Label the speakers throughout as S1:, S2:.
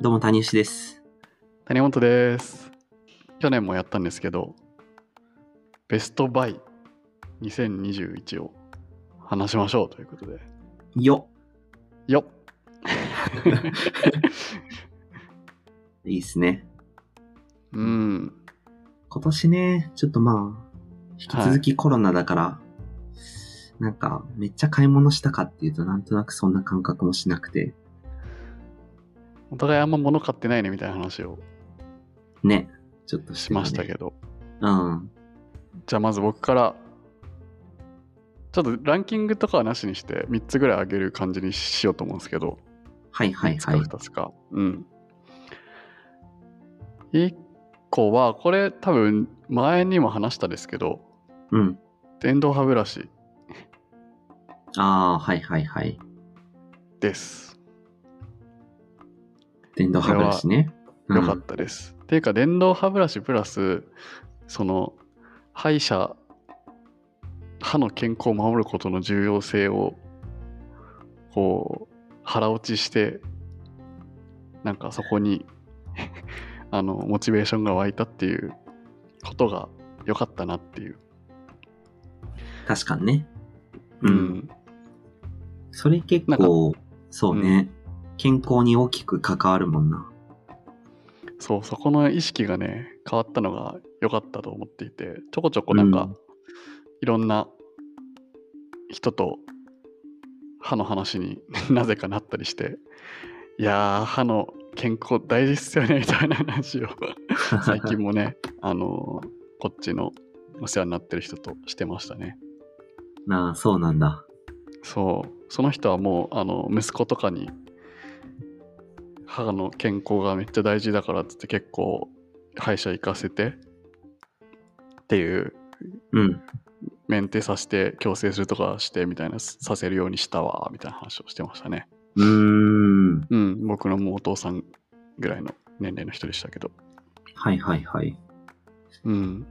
S1: どうも、谷吉です。
S2: 谷本です去年もやったんですけどベストバイ2021を話しましょうということで
S1: よ
S2: よっ
S1: っいいですね。
S2: うん
S1: 今年ね、ちょっとまあ、引き続きコロナだから、なんか、めっちゃ買い物したかっていうと、なんとなくそんな感覚もしなくて、
S2: お互いあんま物買ってないねみたいな話を
S1: ね、ちょっと
S2: しましたけ
S1: ど。
S2: ど
S1: うん。
S2: じゃあまず僕からちょっとランキングとかはなしにして3つぐらい上げる感じにしようと思うんですけど
S1: はいはい
S2: 3つか
S1: はい。
S2: 2つか、うん1個はこれ多分前にも話したですけど
S1: うん。
S2: 電動歯ブラシ
S1: ああ、はいはいはい。
S2: です。
S1: 電動歯ブラシね。
S2: よか
S1: う
S2: っ
S1: ん
S2: たです。っていうか電動歯ブラシプラスその歯医者歯の健康を守ることの重要性をこう腹落ちしてなんかそこに あのモチベーションが湧いたっていうことが良かったなっていう。
S1: 確かにね。うん。それ結構、そうね、健康に大きく関わるもんな。
S2: そう、そこの意識がね、変わったのが良かったと思っていて、ちょこちょこなんか、
S1: うん
S2: いろんな人と歯の話に なぜかなったりして、いやー、歯の健康大事っすよね、みたいな話 を最近もね、あのーこっちのお世話になってる人としてましたね。
S1: な あ、そうなんだ。
S2: そう、その人はもう、あの、息子とかに、歯の健康がめっちゃ大事だからっつって結構歯医者行かせてっていう
S1: うん。
S2: メンテさせて矯正するとかしてみたいなさせるようにしたわみたいな話をしてましたね
S1: うーん。
S2: うん僕のもうお父さんぐらいの年齢の人でしたけど
S1: はいはいはい。
S2: うん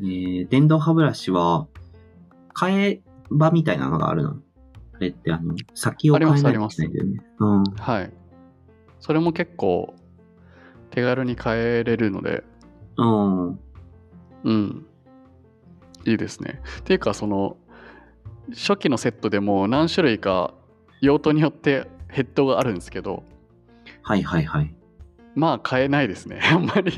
S1: えー、電動歯ブラシは、替え刃みたいなのがあるのあれって、あの、先を変えないといけないんだよね。うん。
S2: はいそれも結構手軽に変えれるので
S1: うん。
S2: うんいいですねっていうかその初期のセットでも何種類か用途によってヘッドがあるんですけど
S1: はいはい はい。
S2: まあ変えないですね あんま り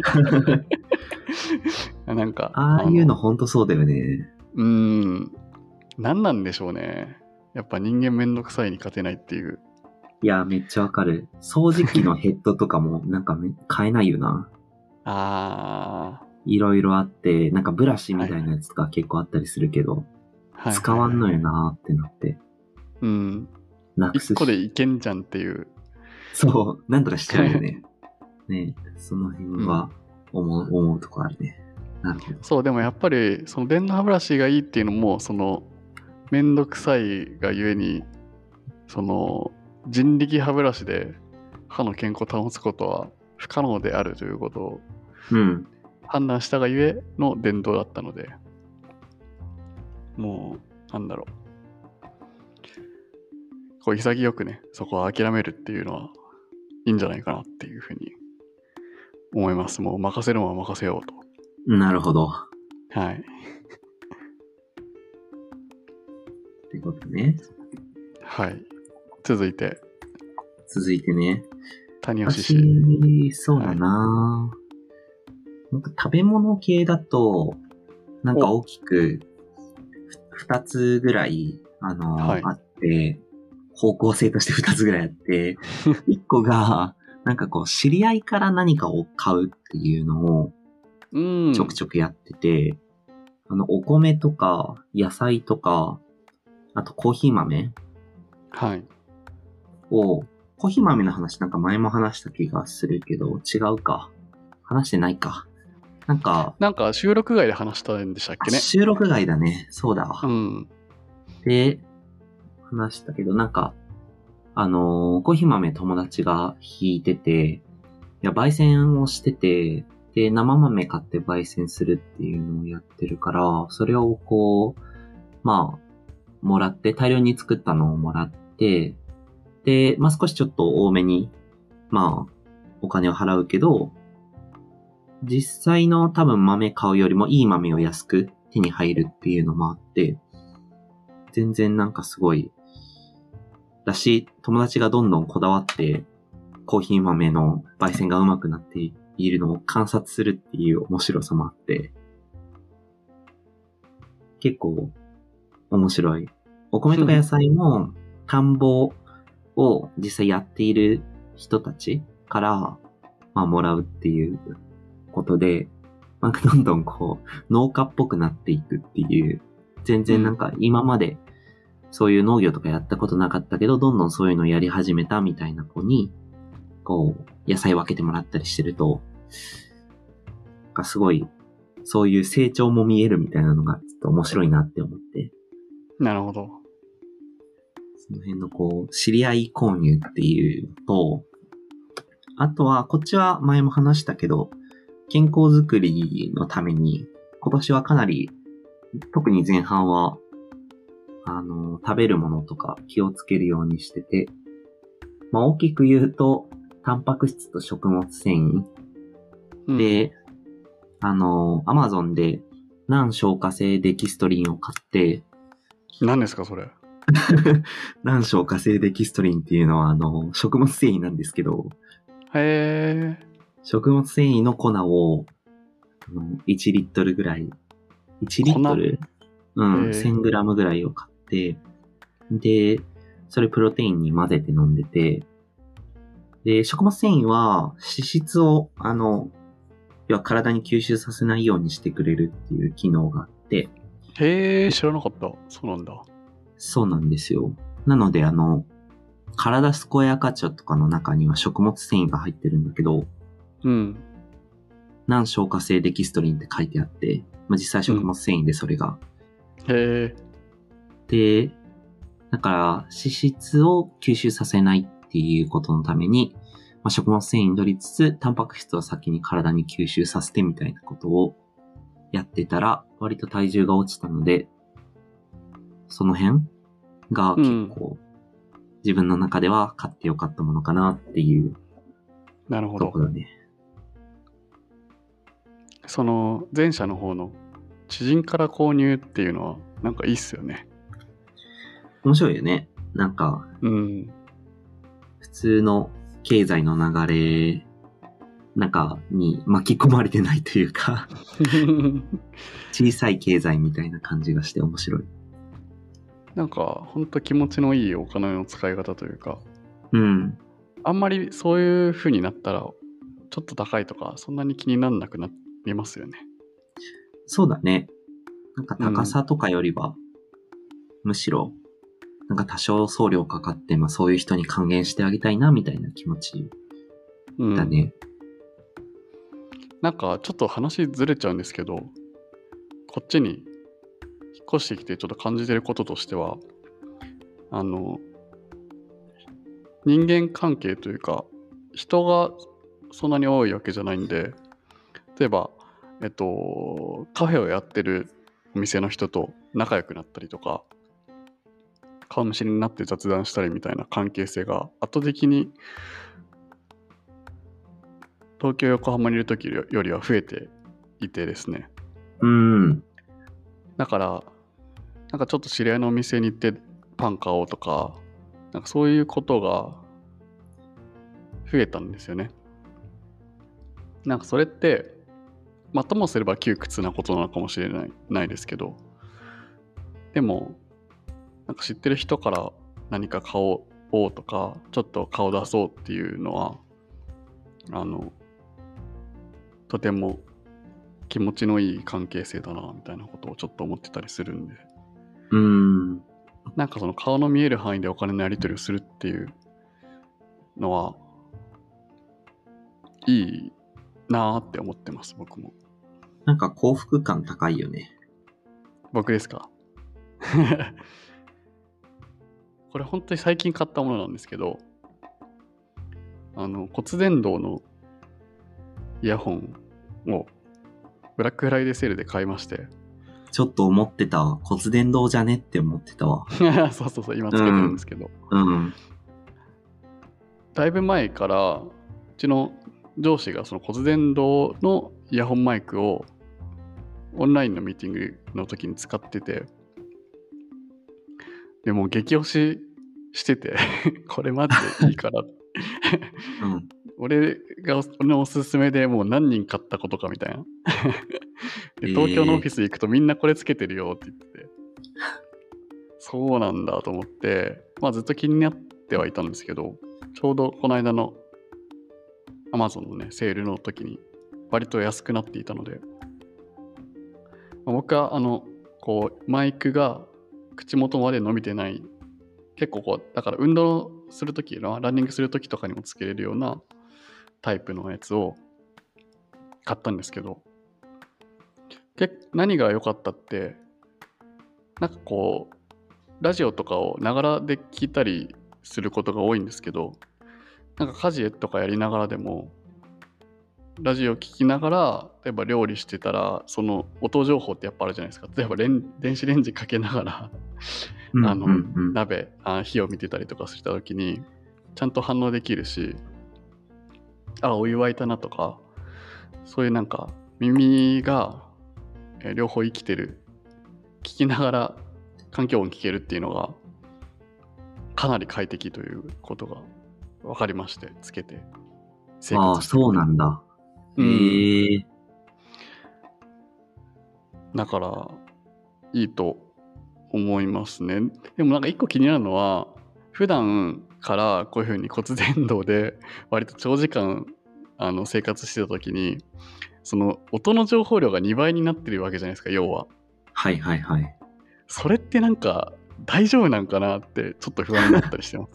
S2: なんか
S1: ああいう
S2: の
S1: のほんとそうだよね。
S2: うーん。何なんでしょうね。やっぱ人間めんどくさいに勝てないっていう。
S1: いや、めっちゃわかる。掃除機のヘッドとかも、 なんかめ変えないよな。
S2: あ
S1: いろいろあって、なんかブラシみたいなやつとか結構あったりするけど、
S2: ー。はい
S1: 使わんのよ。なーってなって、
S2: うん。
S1: なくすし
S2: 一個でいけんじゃんっていう。
S1: そう、なんとかしちゃうよ ね。ねその辺は思う、思うとこあるね。なるほど。
S2: そう、でもやっぱり、その電動歯ブラシがいいっていうのも、その、めんどくさいがゆえに、その、人力歯ブラシで歯の健康を保つことは不可能であるということを
S1: うん。
S2: 判断したがゆえの伝道だったのでもうなんだろうこう潔くねそこは諦めるっていうのはいいんじゃないかなっていうふうに思いますもう任せるもんは任せよう
S1: なるほど。
S2: とはい
S1: ってことね。
S2: はい続いて
S1: 続いてね。
S2: 谷吉
S1: 私、
S2: 氏
S1: そうだな、なんか食べ物系だと、なんか大きく、ふ二つぐらい、あの、
S2: はい
S1: あって、方向性として二つぐらいあって、 一個が、なんかこう、知り合いから何かを買うっていうのを、
S2: うん
S1: ちょくちょくやってて、あの、お米とか、野菜とか、あとコーヒー豆
S2: はい
S1: を、コーヒー豆の話なんか前も話した気がするけど、違うか。話してないか。なんか、
S2: なんか収録外で話したんでしたっけね
S1: 収録外だね。そうだわ。
S2: うん
S1: で、話したけど、なんか、あのーコーヒー豆友達が引いてて、いや、焙煎をしてて、で、生豆買って焙煎するっていうのをやってるから、それをこう、まあ、もらって、大量に作ったのをもらって、で、まあ少しちょっと多めに、まあ、お金を払うけど、実際の多分豆買うよりもいい豆を安く手に入るっていうのもあって、全然なんかすごい、だし、友達がどんどんこだわって、コーヒー豆の焙煎がうまくなっているのを観察するっていう面白さもあって、結構面白い。お米とか野菜も田んぼを実際やっている人たちから、まあ、もらうっていうことで、なんかどんどんこう、農家っぽくなっていくっていう、全然なんか今までそういう農業とかやったことなかったけど、どんどんそういうのをやり始めたみたいな子に、こう、野菜分けてもらったりしてると、なんかすごい、そういう成長も見えるみたいなのが、ちょっと面白いなって思って、
S2: なるほど。
S1: その辺のこう、知り合い購入っていうのと、あとは、こっちは前も話したけど、健康づくりのために、今年はかなり、特に前半は、あの、食べるものとか気をつけるようにしてて、まあ大きく言うと、タンパク質と食物繊
S2: う
S1: 維
S2: ん、
S1: で、あの、アマゾンで、難消化性デキストリンを買って、
S2: 何ですか、それ。
S1: 卵消化性デキストリンっていうのは、あの、食物繊維なんですけど、
S2: へえ。
S1: 食物繊維の粉を、あの1リットルぐらい、1リットルうん、
S2: へー
S1: 1000グラムぐらいを買って、で、それプロテインに混ぜて飲んでて、で、食物繊維は脂質を、あの、要は体に吸収させないようにしてくれるっていう機能があって、
S2: へえ、知らなかった。そうなんだ。
S1: そうなんですよ。なので、あの、体健やか茶とかの中には食物繊維が入ってるんだけど、
S2: うん。
S1: 難消化性デキストリンって書いてあって、まあ、実際食物繊維でそれが。
S2: へえ。
S1: で、だから脂質を吸収させないっていうことのために、まあ、食物繊維に取りつつ、タンパク質を先に体に吸収させてみたいなことをやってたら、割と体重が落ちたので、その辺が結構、自分の中では買ってよかったものかなっていう
S2: なるほ
S1: と
S2: ど
S1: こ。ろね。
S2: その前者の方の知人から購入っていうのはなんかいいっすよね。
S1: 面白いよね。なんか、
S2: うん。
S1: 普通の経済の流れ、なんかに巻き込まれてないというか、小さい経済みたいな感じがして面白い。
S2: なんかほんと気持ちのいいお金の使い方というか、
S1: うん。
S2: あんまりそういう風になったらちょっと高いとかそんなに気になんなくなりますよね。
S1: そうだね。なんか高さとかよりは、むしろ、なんか多少送料かかって、まあそういう人に還元してあげたいなみたいな気持ち
S2: うん。
S1: だね。
S2: なんかちょっと話ずれちゃうんですけど、こっちに引っ越してきてちょっと感じてることとしては、あの、人間関係というか、人がそんなに多いわけじゃないんで、例えば、えっと、カフェをやってるお店の人と仲良くなったりとか、顔見知りになって雑談したりみたいな関係性が圧倒的に東京横浜にいる時よよりは増えていてですね
S1: うん。
S2: だからなんかちょっと知り合いのお店に行ってパン買おうとかなんかそういうことが増えたんですよねなんかそれってまあともすれば窮屈なことなのかもしれないないですけどでもなんか知ってる人から何か買おうとかちょっと顔出そうっていうのはあのとても気持ちのいい関係性だなみたいなことをちょっと思ってたりするんで
S1: うん。
S2: なんかその顔の見える範囲でお金のやり取りをするっていうのはいいなーって思ってます僕も
S1: なんか幸福感高いよね。
S2: 僕ですか これ本当に最近買ったものなんですけどあの骨伝導のイヤホンをブラックフライデーセールで買いまして
S1: ちょっと思ってたわ骨伝導じゃねって思ってたわ。
S2: そうそうそう今つけてるんですけど、
S1: うん。
S2: だいぶ前からちの上司がその骨伝導のイヤホンマイクをオンラインのミーティングの時に使っててでもう激推ししてて これマジでいいから
S1: うん。
S2: 俺が俺のおすすめでもう何人買ったことかみたいな で
S1: えー
S2: 東京のオフィス行くとみんなこれつけてるよって言っててそうなんだと思ってまあずっと気になってはいたんですけどちょうどこの間の Amazon のねセールの時に割と安くなっていたので、まあ僕はあのこうマイクが口元まで伸びてない結構こうだから運動するときランニングするときとかにもつけれるようなタイプのやつを買ったんですけどけ何が良かったってなんかこうラジオとかをながらで聞いたりすることが多いんですけどなんか家事とかやりながらでもラジオ聞きながら例えば料理してたらその音情報ってやっぱあるじゃないですか例えばレン電子レンジかけながら
S1: うん
S2: あの
S1: うんうん
S2: 鍋あ火を見てたりとかした時にちゃんと反応できるしあお湯沸いたなとかそういうなんか耳が、えー両方生きてる聞きながら環境音聞けるっていうのがかなり快適ということが分かりましてつけて生
S1: ああ、
S2: 活してる
S1: そうなんだ。
S2: うん
S1: へえ。
S2: だからいいと思いますねでもなんか一個気になるのは普段からこういうふうに骨伝導で割と長時間あの生活してた時にその音の情報量が2倍になってるわけじゃないですか要は
S1: はいはいはい。
S2: それってなんか大丈夫なんかなってちょっと不安になったりしてます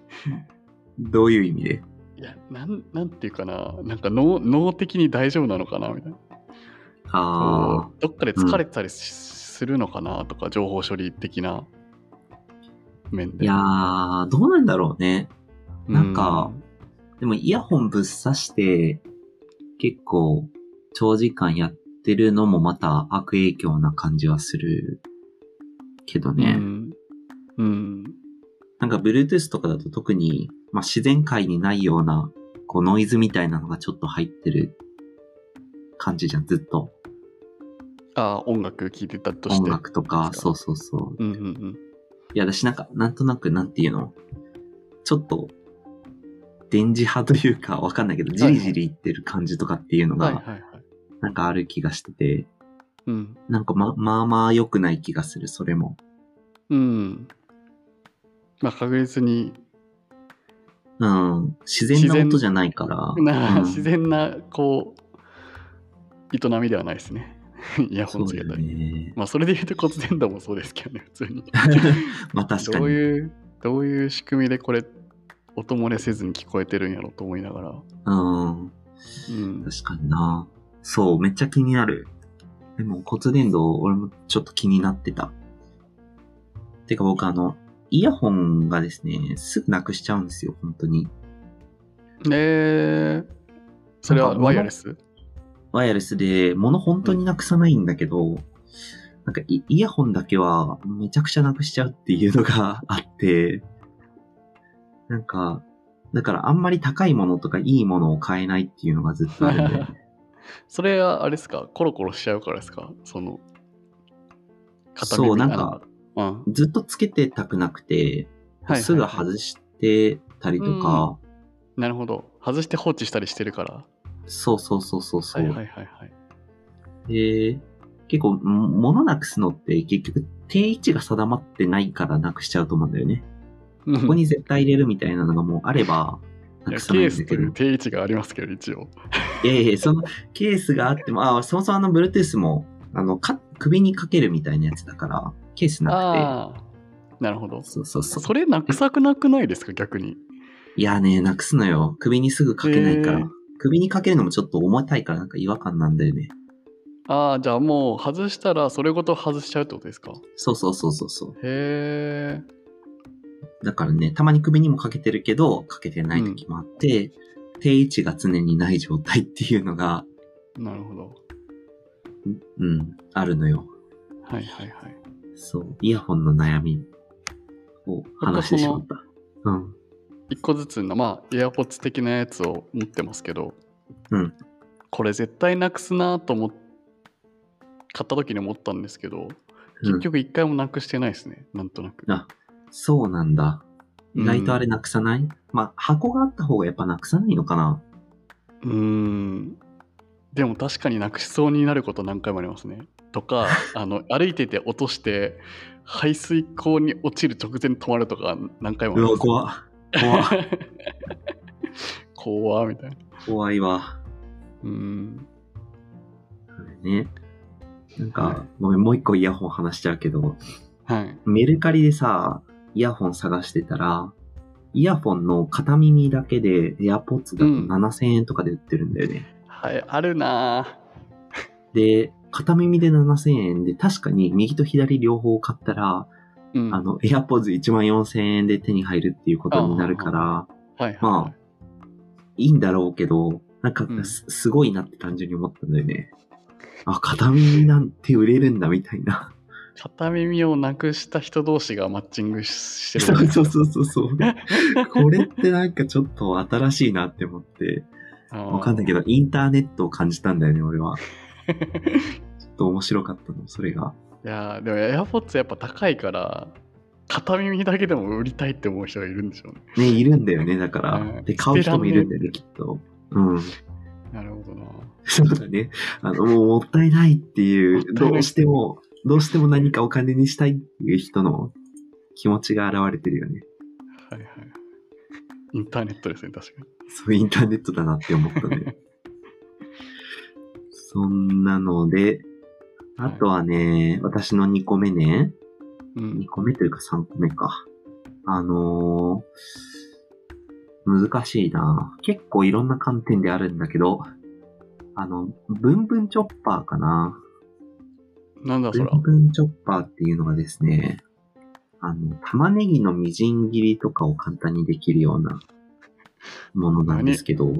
S1: どういう意味で
S2: いやなんなんていうかななんか脳脳的に大丈夫なのかなみたいな
S1: ああ
S2: こ、うどっかで疲れてたりしするのかなとか、情報処理的な面で。
S1: いやー、どうなんだろうね。
S2: う
S1: なんか、でもイヤホンぶっ刺して、結構長時間やってるのもまた悪影響な感じはするけどね。
S2: うん、うん、
S1: なんか Bluetooth とかだと特に、まあ、自然界にないようなこうノイズみたいなのがちょっと入ってる感じじゃん、ずっと。
S2: あ音楽聴いてたとして。
S1: 音楽とか、
S2: ですか
S1: そうそうそう。
S2: うんうんうん。
S1: いや、私なんか、なんとなく、なんていうのちょっと、電磁波というか、わかんないけど、
S2: い
S1: じ
S2: はい
S1: りじりいってる感じとかっていうの
S2: はい
S1: が
S2: は、いはい。
S1: なんかある気がしてて、
S2: うん。
S1: なんかま、まあまあ良くない気がする、それも。
S2: うん。まあ確実に、
S1: うん。自然な音じゃないから。
S2: な
S1: うん
S2: 自然な、こう、営みではないですね。 イヤホ
S1: そ
S2: ン
S1: う
S2: つ
S1: だ
S2: け
S1: よ
S2: たり。
S1: ね。
S2: まあそれで言うと骨伝導もそうですけどね、普通に。
S1: まあ確か
S2: どう
S1: に。
S2: いうどういう仕組みでこれ音漏れせずに聞こえてるんやろと思いながら、
S1: うん。
S2: うん、
S1: 確かにな。そう、めっちゃ気になる。でも骨伝導、俺もちょっと気になってた。てか僕あの、イヤホンがですね、すぐなくしちゃうんですよ、本当に。
S2: えー、それはワイヤレス
S1: ワイヤレスで物本当になくさないんだけど、なんかイイヤホンだけはめちゃくちゃなくしちゃうっていうのが あって、なんか、だからあんまり高いものとかいいものを買えないっていうのがずっとあるんで。
S2: それはあれですかコロコロしちゃうからですかその
S1: そう、なんか、
S2: あうん
S1: ずっとつけてたくなくて、
S2: はい
S1: すぐ
S2: はいはい
S1: 外してたりとか、
S2: なるほど外して放置したりしてるから
S1: そうそうそうそうそ
S2: は
S1: う、
S2: いはいはいはい
S1: で、結構、ん物なくすのって結局定位置が定まってないからなくしちゃうと思うんだよね。
S2: こ
S1: ここに絶対入れるみたいなのがもうあれば、
S2: ケ
S1: なくさない
S2: ー
S1: んだ
S2: スと
S1: け
S2: い
S1: ど
S2: う。定位置がありますけど一応
S1: いやいや、そのケースがあっても、あそもそもあの Bluetooth も、あの、か、首にかけるみたいなやつだから、ケースな
S2: ああなるほど
S1: くて。そうそうそう。
S2: それなくさくなくないですか逆に
S1: いやね、なくすのよ。首にすぐかけないから。
S2: へー
S1: 首にかけるのもちょっと重たいからなんか違和感なんだよね。
S2: ああじゃあもう外したらそれごと外しちゃうってことですか
S1: そうそうそうそうそう。
S2: へえ。
S1: だからね、たまに首にもかけてるけど、かけてない時もあって、定位置が常にない状態っていうのが、
S2: なるほど。
S1: うん、あるのよ。
S2: はいはいはい。
S1: そう、イヤホンの悩みを話してしまった。うん。
S2: 一個ずつの、まあ、エアポッツ的なやつを持ってますけど、
S1: うん
S2: これ絶対なくすなと思っ買った時に思ったんですけど、
S1: う
S2: 結
S1: ん、
S2: 局一回もなくしてないですね、なんとなく。
S1: あ、そうなんだ。意外とあれ
S2: な。
S1: なくさない、まあ、箱があった方がやっぱなくさないのかな
S2: うーん。でも確かになくしそうになること何回もありますね。とか、あの、歩いてて落として、排水口に落ちる直前に止まるとか何回もあ
S1: う
S2: り
S1: わ、
S2: ます、
S1: 怖っ。怖っ
S2: 怖っみたいな。
S1: 怖いわ。
S2: うーん。
S1: ね。なん
S2: は
S1: か、ごめん、もう一個イヤホン話しちゃうけど、
S2: はい。
S1: メルカリでさ、イヤホン探してたら、イヤホンの片耳だけで、エアポッツだと
S2: うん
S1: 7000円とかで売ってるんだよね。
S2: はい、あるな
S1: で、片耳で7000円で、確かに右と左両方買ったら、
S2: ぁうん。
S1: あの、エアポッツ1万4000円で手に入るっていうことになるから、
S2: はいはいはい、
S1: まいいんだろうけど、なんか
S2: うん
S1: す、すごいなって単純に思ったんだよね。あ、片耳なんて売れるんだみたいな。
S2: 片耳をなくした人同士がマッチングししてる
S1: そ
S2: わけ
S1: う
S2: です
S1: そ
S2: よ
S1: う そうそうそう。これってなんかちょっと新しいなって思って、
S2: あー
S1: わかんないけど、インターネットを感じたんだよね、俺 は。ちょっと面白かったの、それが。
S2: いやーでも AirPods やっぱ高いから片耳だけでも売りたいって思う人がいるんでしょうね
S1: ね、いるんだよね、だから。
S2: うん
S1: で、買う人もいるんだよね、きっと。うん。
S2: なるほどな
S1: そうだね。あの、もうもったいないってい
S2: もっ
S1: う、
S2: たいない
S1: どうしても、どうしても何かお金にしたいっていう人の気持ちが現れてるよね。
S2: はいはいインターネットですね確か
S1: そう、インターネットだなって思った ね。そんなので、あとはね、私の2個目ね。
S2: に、う
S1: 2
S2: ん、
S1: 個目というか3個目か。あのー、難しいな結構いろんな観点であるんだけど、あの、ブンブンチョッパーかな。
S2: なんだ
S1: ブ
S2: そら
S1: ンブンチョッパーっていうのがですね、あの、玉ねぎのみじん切りとかを簡単にできるようなものなんですけど、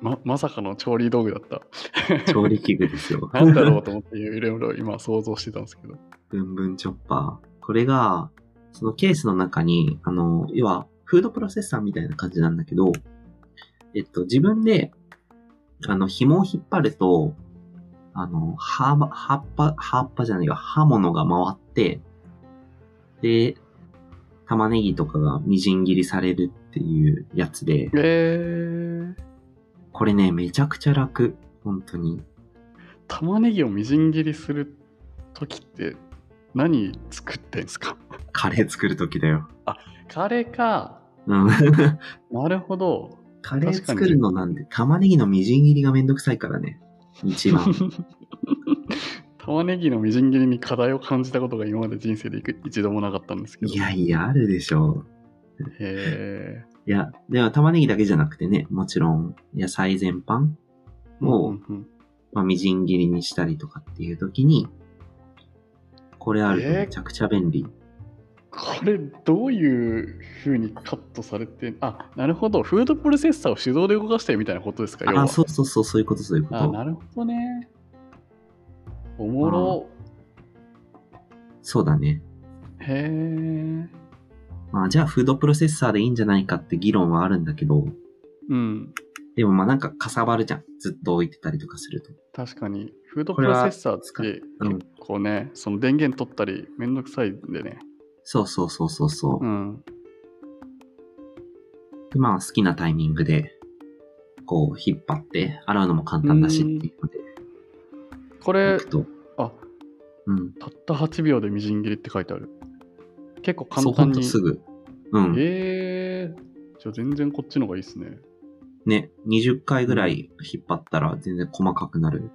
S2: ままさかの調理道具だった
S1: 調理器具ですよ。
S2: なんだろうと思っていろいろ今想像してたんですけど
S1: ブンブンチョッパー。これが、そのケースの中に、あの、要は、フードプロセッサーみたいな感じなんだけど、えっと、自分で、あの、紐を引っ張ると、あの、葉ば、葉っぱ、葉っぱじゃないよ、刃物が回って、で、玉ねぎとかがみじん切りされるっていうやつで、
S2: えー、
S1: これね、めちゃくちゃ楽。本当に。
S2: 玉ねぎをみじん切りする時って何作ってんすか
S1: カレー作るときだよ。
S2: カレーか
S1: うん。
S2: なるほど
S1: カレー作るのなんで、玉ねぎのみじん切りがめんどくさいからね。一番。
S2: 玉ねぎのみじん切りに課題を感じたことが今まで人生で一度もなかったんですけど。
S1: いやいや、あるでしょ
S2: へ
S1: う。いや、では玉ねぎだけじゃなくてね、もちろん野菜全般
S2: ー
S1: を、
S2: うんうん
S1: まあ、みじん切りにしたりとかっていう時に、これあると
S2: えー
S1: めちゃくちゃ便利。
S2: これどういう風にカットされてあなるほどフードプロセッサーを手動で動かしてみたいなことですか要は
S1: あ、そうそうそう、そういうこと、そういうこ
S2: あ
S1: と。
S2: なるほどねおもろ
S1: そうだね。
S2: へえ
S1: まあ、じゃあフードプロセッサーでいいんじゃないかって議論はあるんだけど、
S2: うん
S1: でもまあなんかかさばるじゃん。ずっと置いてたりとかすると。
S2: 確かにフード
S1: こ
S2: プ
S1: れ
S2: ロ
S1: は
S2: セッサー
S1: 使
S2: って
S1: うん
S2: 結構ねその電源取ったりめんどくさいんでね
S1: そうそうそうそうそう。
S2: うん
S1: で、まあ、好きなタイミングで、こう、引っ張って、洗うのも簡単だしっていうので、
S2: こ
S1: え
S2: れ
S1: くと、
S2: あ
S1: うん。
S2: たった8秒でみじん切りって書いてある。結構
S1: そ
S2: 簡
S1: う、ほ
S2: 単
S1: んと
S2: に。
S1: すぐ。うん。
S2: えー、じゃあ全然こっちの方がいいですね。
S1: ね、20回ぐらい引っ張ったら全然細かくなる。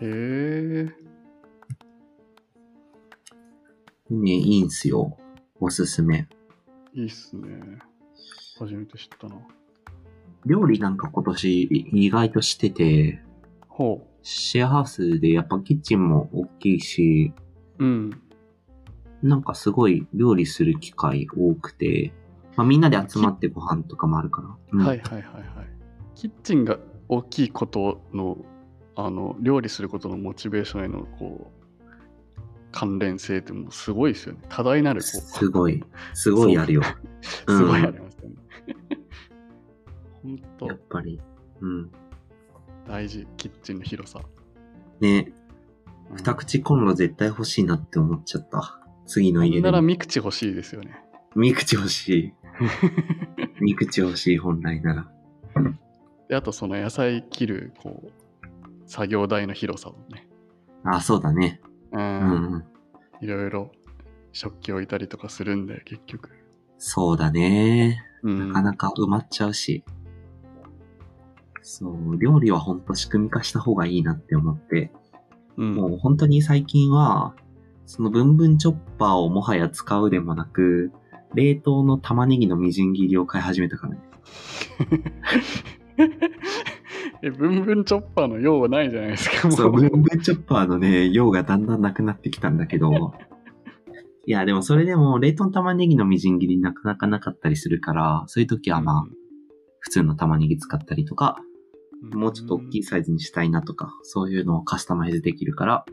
S2: へえ
S1: ね、いいんすよ。おすすめ。
S2: ー、いいっすね。初めて知ったな。
S1: 料理なんか今年意外としてて、
S2: ほ
S1: シェアハウスでやっぱキッチンも大きいし、
S2: う。うん。
S1: なんかすごい料理する機会多くて、まあみんなで集まってご飯とかもあるから。うん
S2: はいはいはいはい。キッチンが大きいことの、あの、料理することのモチベーションへの、こう、関連性ってもう すごいですよね。多大なる、こ
S1: すごい、すごいあるよ。
S2: う、すごいありますよね。 ほんと
S1: やっぱり。うん。
S2: 大事キッチンの広さ、
S1: ね、
S2: うん
S1: 二口コンロ絶対欲しいなって思っちゃった。次の
S2: な
S1: 家
S2: んな
S1: で
S2: ら
S1: も。
S2: 三口欲しいですよね
S1: 三口欲 しい。三口欲しい、本来なら。
S2: であとその野菜切るこう作業台の広さもね
S1: あ、そうだね。
S2: う、
S1: うんんうん。
S2: いろいろ食器置いたりとかするんだよ結局、
S1: そうだね。
S2: うん、
S1: なかなか埋まっちゃうし。そう、料理はほんと仕組み化した方がいいなって思って。
S2: うん、
S1: もう本当に最近は、そのブンブンチョッパーをもはや使うでもなく、冷凍の玉ねぎのみじん切りを買い始めたからね。
S2: えブンブンチョッパーの用はないじゃないですかも
S1: そう、ブンブンチョッパーのね、用がだんだんなくなってきたんだけど。いや、でもそれでも、冷凍の玉ねぎのみじん切りなかなかなかったりするから、そういう時はまあ、普通の玉ねぎ使ったりとか、もうちょっと大きい
S2: い、
S1: サイズにしたいなとか、そういうのをカスタマイズできるから、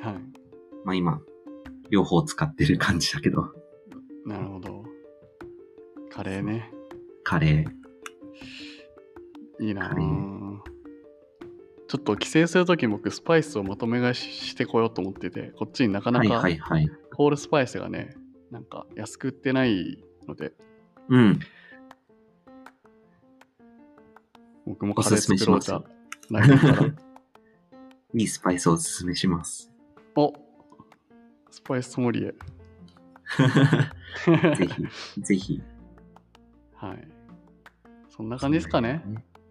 S2: はい、
S1: まあ今、両方使ってる感じだけど、
S2: なるほどカレーね
S1: カレー。
S2: いいな
S1: カレ
S2: ぁちょっと帰省するとき僕スパイスをまとめ買いししてこようと思っててこっちになかな
S1: はい
S2: か
S1: はいはい。
S2: ホールスパイスがねなんか安く売ってないので
S1: うん。
S2: 僕も
S1: お
S2: カレ
S1: す
S2: ー
S1: すめ
S2: 作
S1: し
S2: ろう
S1: ま
S2: じ
S1: す
S2: ゃ来年か ら
S1: いいスパイスをおすすめし ます。
S2: おスパイスソムリエ
S1: ぜひ、ぜひ。
S2: はいそんな感じですかね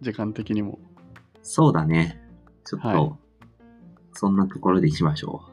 S2: 時間的にも
S1: そうだね。ちょっと、
S2: はい
S1: そんなところでいきましょう。